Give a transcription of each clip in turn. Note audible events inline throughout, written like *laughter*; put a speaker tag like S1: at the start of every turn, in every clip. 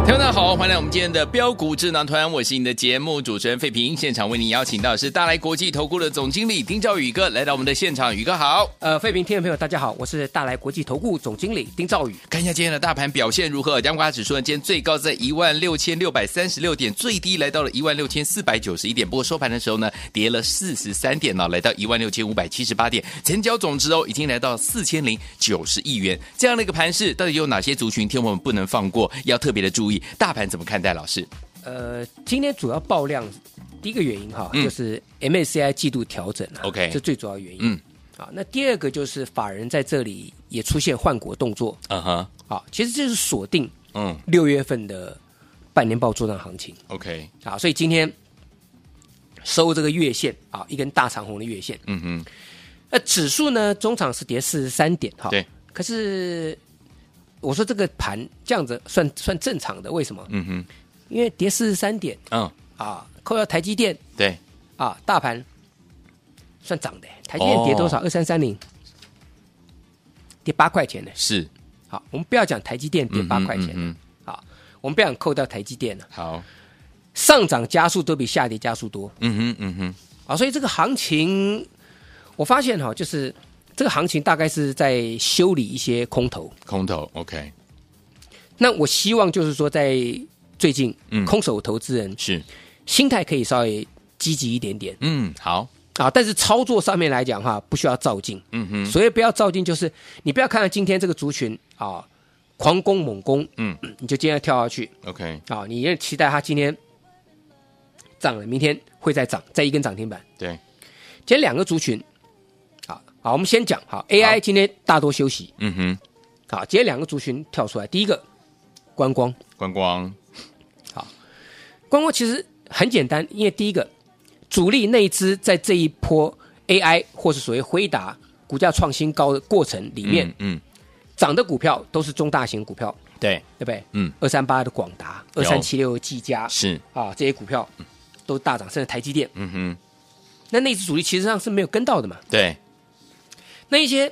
S1: 听众大家好，欢迎来我们今天的标股智囊团，我是你的节目主持人费平。现场为您邀请到的是大来国际投顾的总经理丁兆宇哥来到我们的现场，宇哥好。
S2: 呃，废品听众朋友，大家好，我是大来国际投顾总经理丁兆宇。
S1: 看一下今天的大盘表现如何？加权指数呢，今天最高在一万六千六百三十六点，最低来到了一万六千四百九十一点。不过收盘的时候呢，跌了四十三点呢、来到一万六千五百七十八点，成交总值哦已经来到四千零九十亿元。这样的一个盘势，到底有哪些族群天我们不能放过，要特别的注意？大盘怎么看待？老师，
S2: 呃，今天主要爆量，第一个原因哈，
S1: 嗯
S2: 就是 MSCI 季度调整啊
S1: OK
S2: 这最主要原因。
S1: 嗯，
S2: 啊，那第二个就是法人在这里也出现换股动作
S1: 嗯哼，
S2: 啊，其实这是锁定
S1: 嗯
S2: 六月份的半年报做账行情
S1: ，OK，
S2: 啊，所以今天收这个月线啊，一根大长红的月线。
S1: 嗯哼，
S2: 那呃指数呢，中场是跌四十三点哈，
S1: 对，
S2: 可是我说这个盘这样子算算正常的，为什么？
S1: 嗯哼，
S2: 因为跌四十三点
S1: 嗯，
S2: 啊，扣掉台积电
S1: 对，
S2: 啊，大盘算涨的，台积电跌多少？
S1: 哦
S2: 二三三零，跌八块钱呢。
S1: 是
S2: 好，我们不要讲台积电跌
S1: 嗯
S2: 八
S1: 哼
S2: 块钱，
S1: 嗯
S2: 好，我们不要讲扣掉台积电了，
S1: 哼好，
S2: 上涨加速都比下跌加速多
S1: 嗯哼，嗯哼，
S2: 啊，所以这个行情，我发现哈、就是这个行情大概是在修理一些空头。
S1: 空头，OK，
S2: 那我希望就是说，在最近
S1: 嗯
S2: 空手投资人
S1: 是，
S2: 心态可以稍微积极一点点
S1: 嗯，好，
S2: 啊，但是操作上面来讲哈，不需要照进。
S1: 嗯哼，
S2: 所以不要照进，就是你不要看到今天这个族群啊，狂攻猛攻，
S1: 嗯
S2: 你就今天跳下去
S1: ，OK，
S2: 啊，你也期待它今天涨了，明天会再涨，再一根涨停板。
S1: 对，
S2: 今天两个族群，啊，好，我们先讲好 AI 今天大多休息，
S1: 嗯哼，
S2: 啊，今天两个族群跳出来，第一个观光，
S1: 观光，
S2: 观光其实很简单，因为第一个主力内资在这一波 AI 或是所谓辉达股价创新高的过程里面，
S1: 嗯，
S2: 涨的股票都是中大型股票。
S1: 嗯对，
S2: 对不对？
S1: 嗯，
S2: 二三八的广达，
S1: 有
S2: 二三七六的技嘉
S1: 是，
S2: 啊，这些股票都大涨，甚至台积电。
S1: 嗯哼，
S2: 那那只主力其实上是没有跟到的嘛。
S1: 对，
S2: 那一些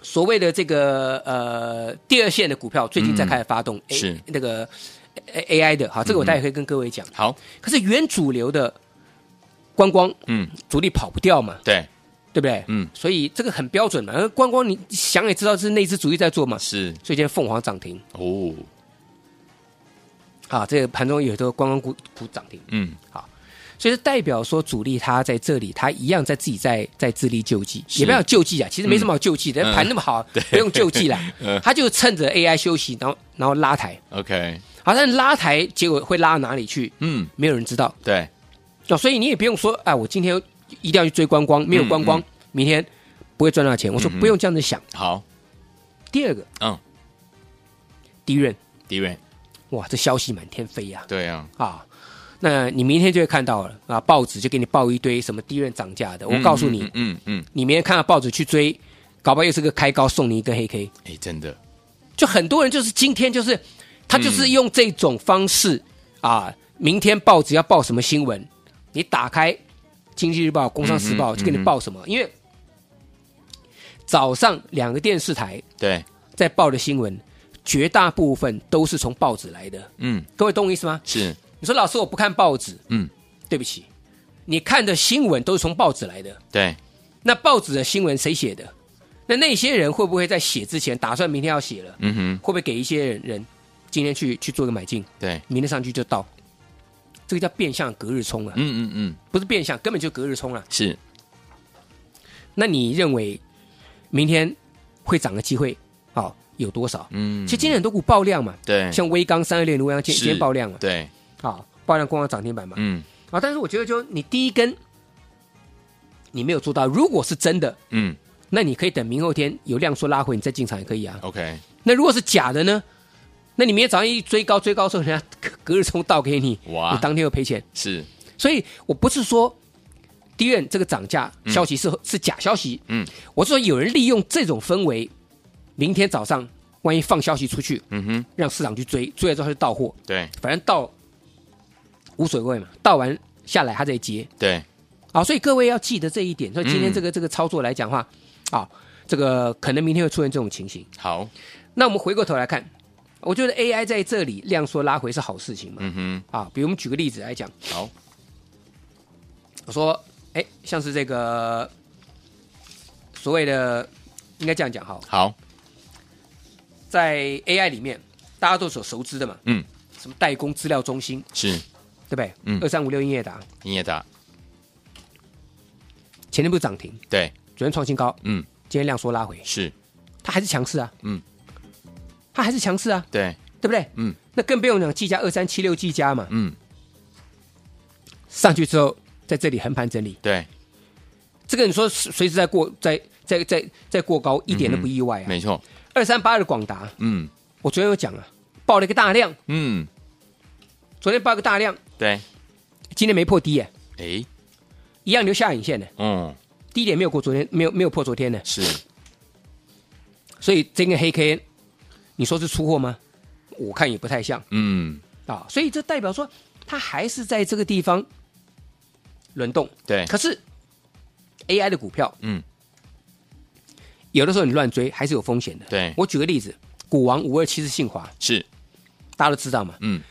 S2: 所谓的这个呃第二线的股票，最近在开始发动，A-
S1: 嗯是嗯
S2: 那个 A I 的哈，这个我待会可以跟各位讲。
S1: 好，
S2: 可是原主流的观光
S1: 嗯，
S2: 主力跑不掉嘛，
S1: 对，
S2: 对不对？
S1: 嗯
S2: 所以这个很标准嘛。而观光你想也知道是内资主力在做嘛，
S1: 是，
S2: 所以今天凤凰涨停
S1: 哦，
S2: 啊，这个盘中有很多观光股股涨停。
S1: 嗯，
S2: 所以是代表说主力他在这里，他一样在自己在在自力救济，
S1: 是
S2: 也不要救济啊，其实没什么好救济的，
S1: 嗯
S2: 盘那
S1: *laughs*
S2: 么好，不用救济啦
S1: 嗯。
S2: 他就趁着 AI 休息，然后然后拉抬，
S1: ，OK，
S2: 好，但拉抬结果会拉到哪里去？
S1: 嗯，
S2: 没有人知道。
S1: 对，
S2: 哦，所以你也不用说，哎，我今天一定要去追观光，没有观光，明天不会赚到钱。我说
S1: 嗯嗯嗯
S2: 不用这样子想。
S1: 好，
S2: 第二个，
S1: 嗯，
S2: 低润，
S1: 迪瑞，
S2: 哇，这消息满天飞呀、
S1: 对啊，
S2: 啊，那你明天就会看到了啊，报纸就给你报一堆什么低润涨价的。我告诉你，
S1: 嗯嗯嗯，嗯
S2: 你明天看到报纸去追，搞不好又是个开高送你一根黑 K。
S1: 哎，真的，
S2: 就很多人就是今天就是他
S1: 嗯
S2: 就是用这种方式、啊，明天报纸要报什么新闻，你打开《经济日报》《工商时报》
S1: 嗯哼
S2: 就给你报什么，因为早上两个电视台
S1: 对，
S2: 在报的新闻，绝大部分都是从报纸来的。
S1: 嗯，
S2: 各位懂我意思吗？
S1: 是，
S2: 你说老师我不看报纸，
S1: 嗯，
S2: 对不起，你看的新闻都是从报纸来的。
S1: 对，
S2: 那报纸的新闻谁写的？那那些人会不会在写之前打算明天要写了？
S1: 嗯哼，
S2: 会不会给一些人人今天去去做个买进，
S1: 对，
S2: 明天上去就到？这个叫变相隔日冲啊，
S1: 嗯嗯嗯，
S2: 不是变相，根本就隔日冲了、啊
S1: 是，
S2: 那你认为明天会涨的机会好、有多少？
S1: 嗯
S2: 其实今天很多股爆量嘛，
S1: 对，
S2: 像微刚三二六零微刚今
S1: 是
S2: 今天爆量嘛，
S1: 对，
S2: 好，爆量攻上涨停板嘛。
S1: 嗯
S2: 啊，但是我觉得就你第一根你没有做到，如果是真的，
S1: 嗯
S2: 那你可以等明后天有量缩拉回，你再进场也可以啊。
S1: ，OK，
S2: 那如果是假的呢？那你明天早上一追高追高的时候，人家隔隔日冲倒给你，
S1: 哇
S2: 你当天又赔钱。
S1: 是，
S2: 所以我不是说第一任这个涨价消息是、是假消息，
S1: 嗯
S2: 我是说有人利用这种氛围，明天早上万一放消息出去，
S1: 嗯哼，
S2: 让市场去追，追了之后他就到货，
S1: 对
S2: 反正到无所谓嘛，到完下来他再接
S1: 对，
S2: 啊。所以各位要记得这一点。所以今
S1: 嗯
S2: 天这个、这个操作来讲的话，啊，这个可能明天会出现这种情形。
S1: 好，
S2: 那我们回过头来看，我觉得 AI 在这里量缩拉回是好事情嘛。
S1: 嗯哼，
S2: 啊，比如我们举个例子来讲，
S1: 好，
S2: 我说，哎，像是这个所谓的，应该这样讲哈，
S1: 好，
S2: 在 AI 里面，大家都所熟知的嘛，
S1: 嗯，
S2: 什么代工资料中心，
S1: 是
S2: 对不对？
S1: 嗯
S2: 二三五六英业达
S1: 你也打，
S2: 前天不是涨停，
S1: 对，
S2: 昨天创新高，
S1: 嗯，
S2: 今天量缩拉回，
S1: 是，
S2: 它还是强势啊，
S1: 嗯，
S2: 它还是强势啊，
S1: 对，
S2: 对不对？
S1: 嗯，
S2: 那更不用讲技嘉二三七六技嘉嘛，
S1: 嗯，
S2: 上去之后在这里横盘整理，
S1: 对，
S2: 这个你说随随时在过在在在在过高，一点都不意外啊。
S1: 嗯没错，
S2: 二三八二的广达，
S1: 嗯
S2: 我昨天有讲啊，爆了一个大量，
S1: 嗯，
S2: 昨天爆一个大量，
S1: 对，
S2: 今天没破低耶，
S1: 诶，
S2: 一样留下影线的，
S1: 嗯，
S2: 低点没有过昨天，没有没有破昨天的，
S1: 是，
S2: 所以这根黑 K，你说是出货吗？我看也不太像
S1: 嗯，
S2: 啊，所以这代表说它还是在这个地方轮动。
S1: 对，
S2: 可是 AI 的股票
S1: 哎嗯，
S2: 有的时候你乱追还是有风险的。
S1: 对
S2: 我举个例子，股王五二七是信华，
S1: 是，
S2: 大家都知道嘛，
S1: 嗯，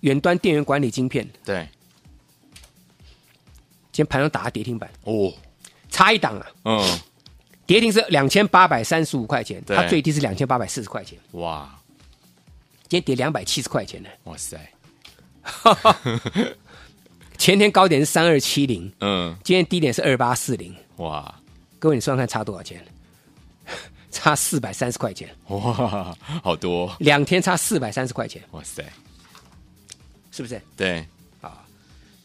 S2: 远端电源管理晶片，
S1: 对，
S2: 今天盘上打到跌停板，
S1: 哦，
S2: 差一档啊，
S1: 嗯，
S2: 跌停是两千八百三十五块钱，
S1: 对
S2: 它最低是两千八百四十块钱，
S1: 哇，
S2: 今天跌两百七十块钱呢。
S1: 哇塞，
S2: 前天高点是三二七零，
S1: 嗯，
S2: 今天低点是二八四零，
S1: 哇。
S2: 各位你算算看差多少钱？ *laughs* 差四百三十块钱，
S1: 哇，好多！
S2: 两天差四百三十块钱，
S1: 哇塞，
S2: 是不是？
S1: 对，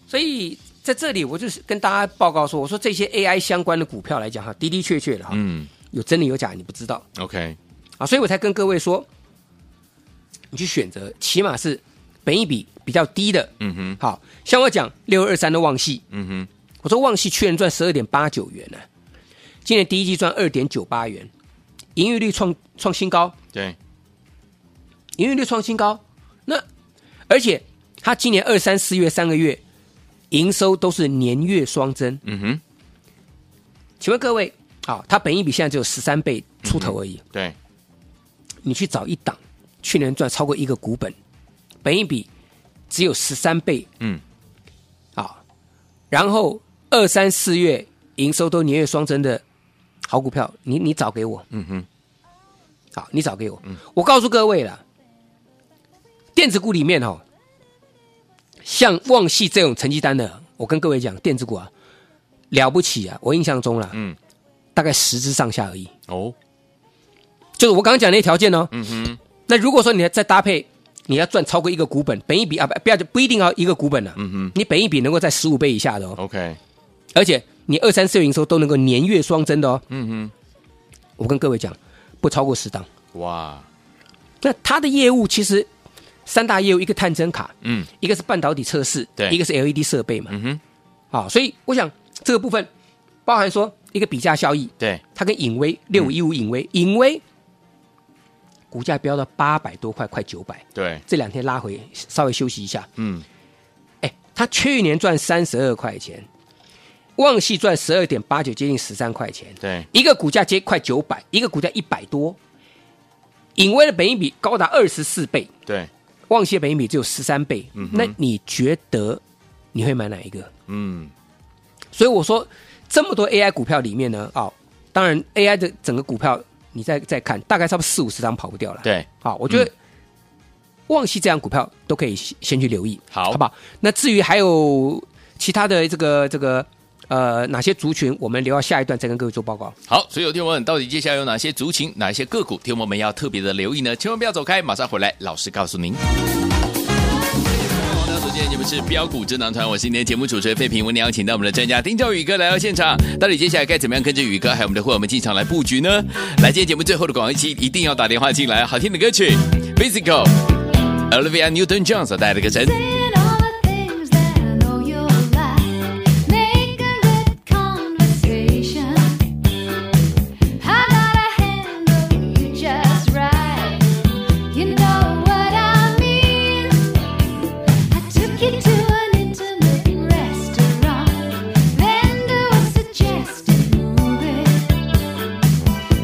S2: 所以在这里我就是跟大家报告说，我说这些 AI 相关的股票来讲哈，的的确确的哈，
S1: 嗯
S2: 有真的有假，你不知道
S1: ，OK，
S2: 啊，所以我才跟各位说，你去选择，起码是本一比比较低的，
S1: 嗯哼，
S2: 好像我讲六二三的旺系，
S1: 嗯哼，
S2: 我说旺系去年赚十二点八九元呢、今年第一季赚二点九八元，盈余率创创新高，
S1: 对，
S2: 盈余率创新高。那而且它今年二三四月三个月营收都是年月双增。
S1: 嗯哼，
S2: 请问各位，啊，它本益比现在只有十三倍出
S1: 嗯
S2: 头而已，
S1: 对，
S2: 你去找一档去年赚超过一个股本，本益比只有十三倍
S1: 嗯，
S2: 啊，然后二三四月营收都年月双增的好股票，你你找给我，
S1: 嗯哼，嗯
S2: 好，你找给我。我告诉各位了，电子股里面哦，像旺系这种成绩单的，我跟各位讲，电子股啊了不起啊，我印象中啦，
S1: 嗯，
S2: 大概十只上下而已。
S1: 哦，
S2: 就是我刚刚讲那些条件哦。
S1: 嗯哼，
S2: 那如果说你再搭配，你要赚超过一个股本，本一比啊，不不要不一定要一个股本了、啊
S1: 嗯哼
S2: 你本一比能够在十五倍以下的哦，
S1: ，OK，
S2: 而且你二三四月营收都能够年月双增的哦。
S1: 嗯
S2: 我跟各位讲，不超过十档。
S1: 哼，哇，
S2: 那它的业务其实三大业务，一个探针卡，
S1: 嗯，
S2: 一个是半导体测试，
S1: 对
S2: 一个是 LED 设备嘛，
S1: 嗯哼，
S2: 啊，所以我想这个部分包含说一个比价效益，
S1: 对，
S2: 它跟影威六五一五影
S1: 嗯
S2: 威，影威股价飙到八百多块，快九百，
S1: 对，
S2: 这两天拉回稍微休息一下，
S1: 嗯，
S2: 哎，它去年赚三十二块钱，旺系赚十二点八九，接近十三块钱，
S1: 对，
S2: 一个股价接快九百，一个股价一百多，影威的本益比高达二十四倍。
S1: 对，
S2: 旺系的本益比只有十三倍，
S1: 嗯哼
S2: 那你觉得你会买哪一个？
S1: 嗯，
S2: 所以我说这么多 AI 股票里面呢，哦，当然 AI 的整个股票你再再看，大概差不多四五十张跑不掉了。，
S1: 对，嗯
S2: 好，我觉得旺系这样股票都可以先先去留意，
S1: 好
S2: 好不好？那至于还有其他的这个这个呃哪些族群，我们留到下一段再跟各位做报告。
S1: 好，所以有听友们到底接下来有哪些族群、哪一些个股，听友们要特别的留意呢？千万不要走开，马上回来，老师告诉您。好，那首先节目是标股智囊团，我是今天节目主持人费平。我们邀请到我们的专家丁兆宇哥来到现场，到底接下来该怎么样跟着宇哥还有我们的会员们进场来布局呢？来，今天节目最后的广告期一定要打电话进来，好听的歌曲，Physical Olivia Newton John 所带来的歌声。
S3: Saying all the things that I know you'll like. Make a good conversation. I gotta handle you just right. You know what I mean. I took you to an intimate restaurant, then to a suggested movie.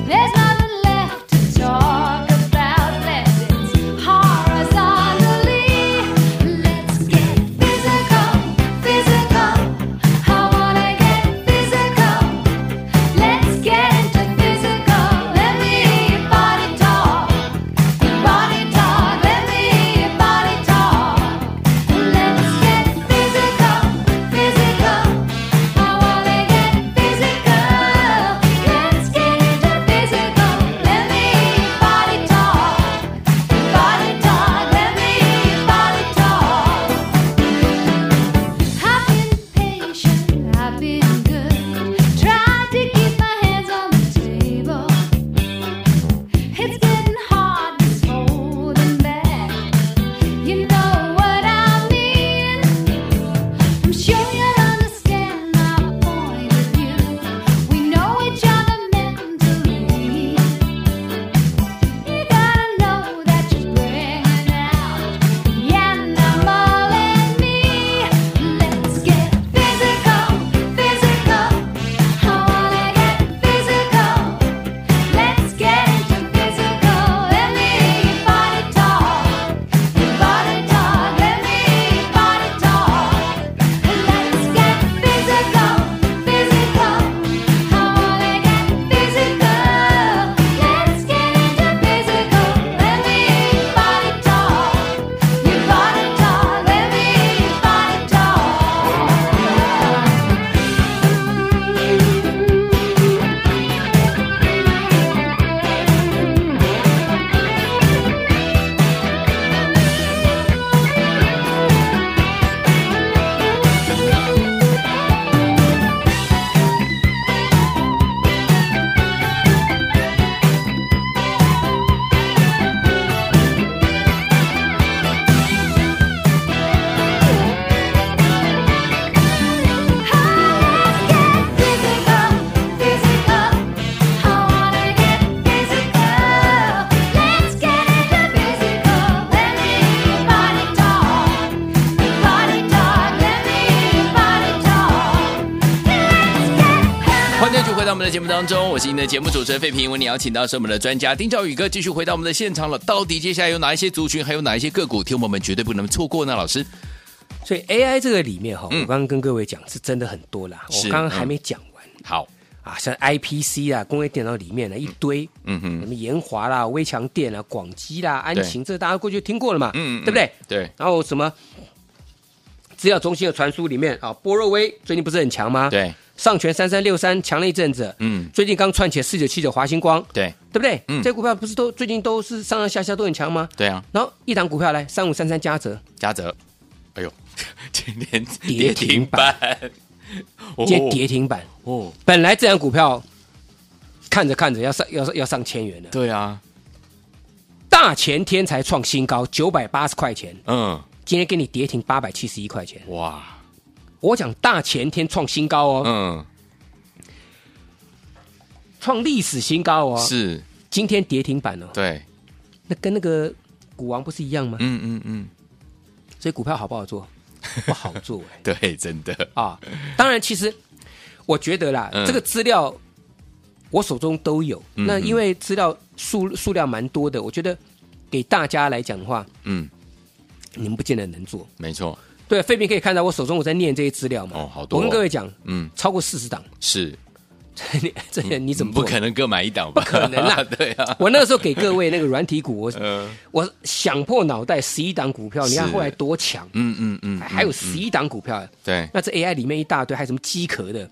S3: There's nothing left to talk about. Let's horizontally. Let's get physical, physical. I wanna get physical. Let's get into physical. Let me hear your body talk. Your body talk. Let me hear your body talk. Let's get physical, physical. I wanna get physical. Let's get into physical. Let me hear your body talk. Your body talk. Let me hear your body talk. I've been patient, I've been good. Tried to keep my hands on the table. It's getting hard, this holding back. You know what I mean. I'm sure you'll understand my point of view. We know each other mentally. You gotta know that you're bringing out the animal in me. Let's get physical, physical. I wanna get physical. Let's get into physical. Let me hear your body talk. Your body talk. Let me hear your body talk. Let's get physical, physical. I wanna get physical. Let's get into physical. Let me hear your body talk. Your body talk. Let me hear your body talk.
S1: 欢迎继续回到我们的节目当中，我是您的节目主持人费平。为您邀请到是我们的专家丁兆宇哥，继续回到我们的现场了。到底接下来有哪一些族群，还有哪一些个股，听我们绝对不能错过呢？老师，
S2: 所以 AI 这个里面哈，我
S1: 嗯
S2: 刚刚跟各位讲是真的很多啦，我
S1: 是嗯
S2: 刚刚还没讲完
S1: 好，
S2: 啊，像 IPC 啊，工业电脑里面呢一堆，
S1: 嗯
S2: 什
S1: 哼，
S2: 么研华啦、微强电啦、广基啦、安晴，这大家过去听过了嘛，
S1: 嗯嗯
S2: 对不对？
S1: 对，
S2: 然后什么资料中心的传输里面啊，波若威最近不是很强吗？，
S1: 对，
S2: 上权三三六三强了一阵子，
S1: 嗯，
S2: 最近刚串起四九七九华星光，
S1: 对，
S2: 对不对？
S1: 嗯
S2: 这些股票不是都最近都是上上下下都很强吗？
S1: 对啊，
S2: 然后一档股票来三五三三嘉泽，
S1: 嘉泽，哎呦，今天
S2: 跌停板，
S1: 哦
S2: 今天 *laughs* 跌停板，
S1: 哦，
S2: 本来这档股票看着看着要上要上要上千元了，
S1: 对啊，
S2: 大前天才创新高九百八十块钱，
S1: 嗯，
S2: 今天给你跌停八百七十一块钱。哦
S1: 哇，
S2: 我讲大前天创新高哦，
S1: 嗯，
S2: 创历史新高哦，
S1: 是，
S2: 今天跌停板哦，
S1: 对，
S2: 那跟那个股王不是一样吗？
S1: 嗯嗯嗯，
S2: 所以股票好不
S1: *laughs*
S2: 好做？不好做哎、
S1: 对，真的，
S2: 啊，当然，其实我觉得啦，
S1: 嗯
S2: 这个资料我手中都有。
S1: 嗯
S2: 那因为资料数数量蛮多的，我觉得给大家来讲的话，
S1: 嗯，
S2: 你们不见得能做。
S1: 没错，
S2: 对，费平可以看到我手中我在念这些资料嘛。
S1: 哦好多哦
S2: 我跟各位讲，
S1: 嗯，
S2: 超过四十档，
S1: 是，
S2: *laughs* 你这你怎么
S1: 嗯不
S2: 做
S1: 可？能各买一档吧？不
S2: 可能啦
S1: *laughs* 对啊，
S2: *laughs* 我那个时候给各位那个软体股， *laughs* 我
S1: 嗯
S2: 我想破脑袋十一档股票，你看
S1: 是
S2: 后来多强，
S1: 嗯嗯嗯，
S2: 还有
S1: 嗯
S2: 十一档股票。
S1: 对，
S2: 那这 AI 里面一大堆，还有什么机壳的，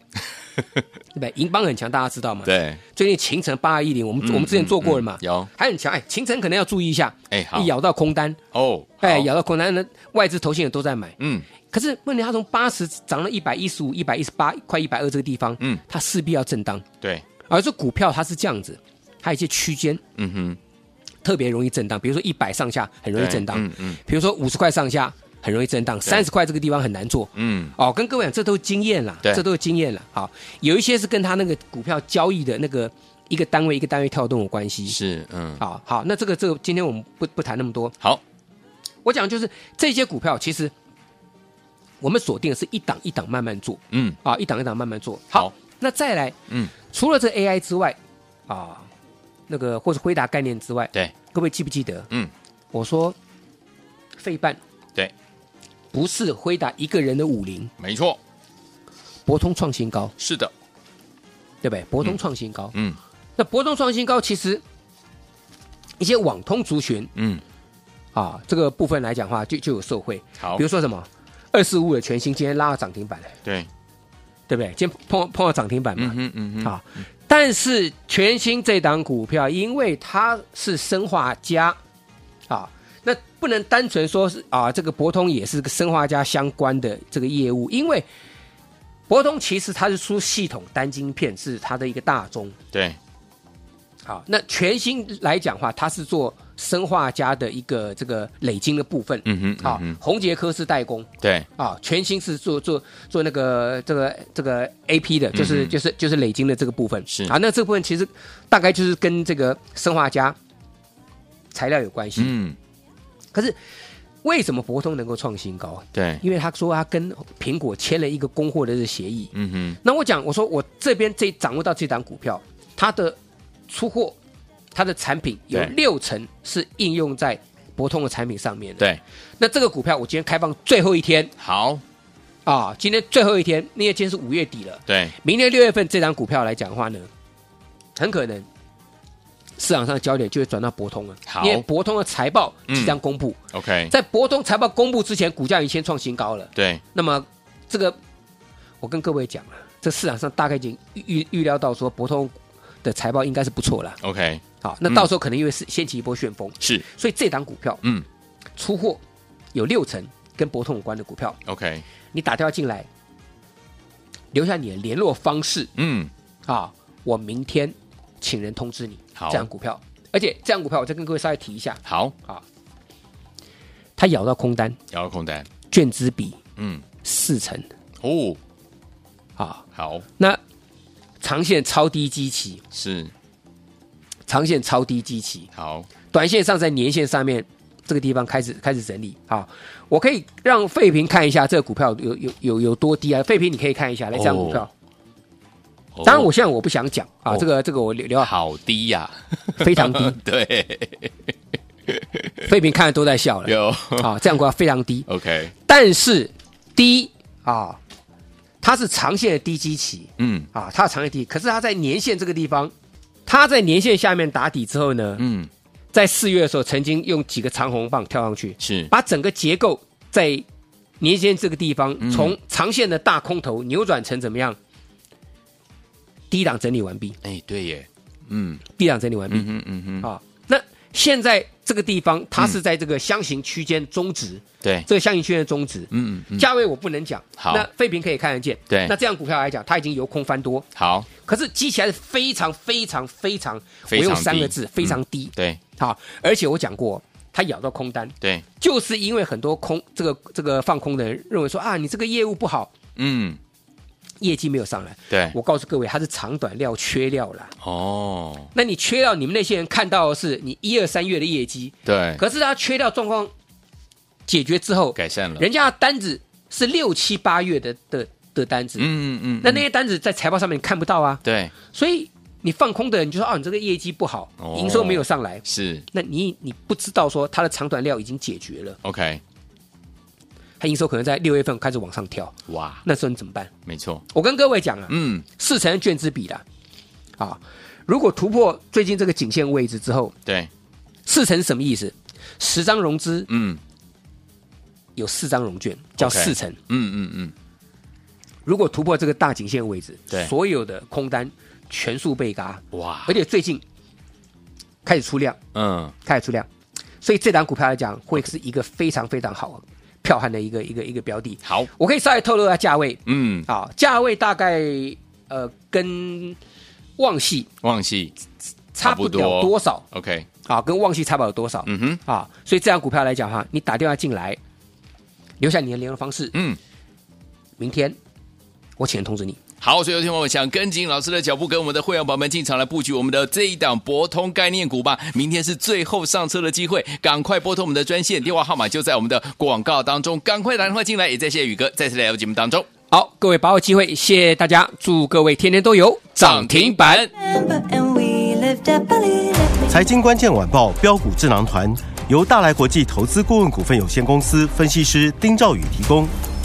S2: *laughs* 对不对？银邦很强，大家知道吗？，
S1: 对，
S2: 最近秦城八二一零，我们、
S1: 嗯
S2: 我们之前做过了嘛
S1: 嗯，嗯有
S2: 还很强。哎，秦城可能要注意一下，
S1: 哎好
S2: 一咬到空单，
S1: 哦，
S2: 哎，
S1: 好
S2: 咬到空单，那外资投信也都在买。
S1: 嗯，
S2: 可是问题，它从八十涨到一百一十五、一百一十八、快一百二这个地方，
S1: 嗯
S2: 它势必要震荡。
S1: 对，
S2: 而这股票它是这样子，它有一些区间
S1: 嗯哼，
S2: 特别容易震荡，比如说一百上下很容易
S1: 对
S2: 震荡，
S1: 嗯嗯
S2: 比如说五十块上下很容易震荡，三十块这个地方很难做。
S1: 嗯，
S2: 哦，跟各位讲，这都是经验啦，
S1: 对
S2: 这都是经验啦。好，有一些是跟他那个股票交易的那个一个单位一个单位跳动有关系。
S1: 是，嗯，
S2: 好好，那这个这个今天我们不不谈那么多，
S1: 好，
S2: 我讲就是这些股票其实我们锁定的是一档一档慢慢做
S1: 嗯，
S2: 啊，一档一档慢慢做。
S1: 好，
S2: 那再来，
S1: 嗯，
S2: 除了这 AI 之外啊，那个或是辉达概念之外，
S1: 对，
S2: 各位记不记得
S1: 嗯，
S2: 我说费半
S1: 对，
S2: 不是辉达一个人的五零，
S1: 没错，
S2: 博通创新高，
S1: 是的，
S2: 对不对？博通创新高，
S1: 嗯
S2: 那博通创新高，其实一些网通族群
S1: 嗯，
S2: 啊，这个部分来讲的话，就就有受惠。
S1: 好
S2: 比如，说什么二四五的全新今天拉到涨停板了，
S1: 对，
S2: 对不对？今天碰碰到涨停板嘛
S1: 嗯，哼嗯哼，
S2: 啊。但是全新这档股票，因为它是生化家啊，那不能单纯说是啊，这个博通也是个生化家相关的这个业务，因为博通其实它是出系统单晶片，是它的一个大宗。
S1: 对，
S2: 好，那全新来讲话，它是做生化家的一个这个累金的部分。
S1: 嗯哼
S2: 好、
S1: 嗯哼
S2: 红杰科是代工
S1: 对，
S2: 啊，全新是做做做那个这个这个 A P 的，就是、
S1: 嗯哼
S2: 就是就是累金的这个部分。
S1: 是
S2: 啊，那这部分其实大概就是跟这个生化家材料有关系。
S1: 嗯，
S2: 可是为什么博通能够创新高？啊
S1: 对，
S2: 因为他说他跟苹果签了一个供货的这个协议。
S1: 嗯哼，
S2: 那我讲，我说我这边这掌握到这档股票，它的出货，它的产品有
S1: 对
S2: 六成是应用在博通的产品上面的。
S1: 对，
S2: 那这个股票我今天开放最后一天
S1: 好，
S2: 啊，今天最后一天，因为今天是五月底了，
S1: 对，
S2: 明年六月份这档股票来讲的话呢，很可能市场上的焦点就会转到博通了，
S1: 好嗯
S2: 因为博通的财报即将公布，
S1: OK，
S2: 在博通财报公布之前，股价已经先创新高了。
S1: 对，
S2: 那么这个，我跟各位讲啊，这市场上大概已经预预预料到说博通的财报应该是不错了。
S1: OK，
S2: 好，
S1: 嗯
S2: 那到时候可能因为是掀起一波旋风，
S1: 是，
S2: 所以这档股票
S1: 嗯
S2: 出货有六成跟博通有关的股票，
S1: ，OK，
S2: 你打电话进来，留下你的联络方式
S1: 嗯，
S2: 啊，我明天请人通知你
S1: 好
S2: 这档股票。而且这档股票，我再跟各位稍微提一下，
S1: 好，
S2: 它咬到空单，
S1: 遥控单，
S2: 券资比
S1: 嗯，
S2: 四成
S1: 哦，
S2: 啊，
S1: 好，
S2: 那长线超低基期，
S1: 是，
S2: 长线超低基期，
S1: 好，
S2: 短线上在年线上面这个地方开始开始整理啊。我可以让费平看一下这个股票有有有有多低啊？费平你可以看一下来这张股票。
S1: 哦
S2: 当然，我现在我不想讲啊，
S1: 哦
S2: 这个这个我留留到
S1: 好低呀，，
S2: 非常低
S1: *laughs* 对，
S2: 费平看的都在笑了
S1: 有 *laughs*
S2: 啊，这样股票非常低，
S1: ，OK，
S2: 但是低啊，它是长线的低基期
S1: 嗯
S2: 啊，它是长线低，可是它在年线这个地方，它在年线下面打底之后呢，
S1: 嗯，
S2: 在四月的时候曾经用几个长红棒跳上去，
S1: 是，
S2: 把整个结构在年线这个地方
S1: 嗯，
S2: 从长线的大空头扭转成怎么样？低档整理完毕，
S1: 哎，对耶，嗯
S2: 低档整理完毕
S1: 嗯哼嗯哼，
S2: 啊。那现在这个地方，它是在这个箱型区间中值，
S1: 对，
S2: 这个箱型区间中值，
S1: 嗯嗯嗯，
S2: 价位我不能讲。
S1: 好
S2: 那废品可以看得见。
S1: 对
S2: 那这样股票来讲，它已经由空翻多，
S1: 好，
S2: 可是基起来是非常非常非常，我
S1: 非常
S2: 用三个
S1: 低嗯
S2: 字，非常低。
S1: 对
S2: 好，而且我讲过，它咬到空单，
S1: 对，
S2: 就是因为很多空这个这个放空的人认为说啊，你这个业务不好，
S1: 嗯，
S2: 业绩没有上来。
S1: 对，
S2: 我告诉各位，它是长短料缺料啦。
S1: 哦，
S2: 那你缺料，你们那些人看到的是你一二三月的业绩，
S1: 对，
S2: 可是它缺料状况解决之后，
S1: 改善了，
S2: 人家的单子是六七八月的的的单子，
S1: 嗯嗯嗯，
S2: 那那些单子在财报上面你看不到啊，
S1: 对
S2: 所以你放空的人就说啊，你这个业绩不好
S1: 哦，
S2: 营收没有上来，
S1: 是
S2: 那你你不知道说它的长短料已经解决了，
S1: OK，
S2: 它营收可能在六月份开始往上跳，
S1: 哇，
S2: 那时候你怎么办？
S1: 没错，
S2: 我跟各位讲啊，
S1: 嗯，
S2: 四成的卷资比的啊，如果突破最近这个颈线位置之后，
S1: 对，
S2: 四成是什么意思？十张融资
S1: 嗯
S2: 有四张融券，叫
S1: OK
S2: 四成。
S1: 嗯嗯嗯，
S2: 如果突破这个大颈线位置，
S1: 对
S2: 所有的空单全数被嘎，
S1: 哇
S2: 而且最近开始出量，
S1: 嗯，
S2: 开始出量，所以这档股票来讲，会是一个非常非常好票悍的一个一个一个标的。
S1: 好，
S2: 我可以稍微透露一下价位
S1: 嗯，
S2: 啊，价位大概呃跟旺系
S1: 忘记
S2: 差不了多少
S1: ，OK，
S2: 啊，跟旺系差不了多少，
S1: 嗯哼，
S2: 啊，所以这样股票来讲哈，你打电话进来，留下你的联络方式，
S1: 嗯。
S2: 明天我请人通知你。
S1: 好，所以有听众朋友们想跟紧老师的脚步，跟我们的会员宝宝们进场来布局我们的这一档博通概念股吧。明天是最后上车的机会，赶快拨通我们的专线，电话号码就在我们的广告当中，赶快打电话进来。也谢谢宇哥再次来到节目当中，
S2: 好，各位把握机会，谢谢大家，祝各位天天都有涨停板。
S4: and we lived happily.
S5: 财经关键晚报标股智囊团由大来国际投资顾问股份有限公司分析师丁兆宇提供。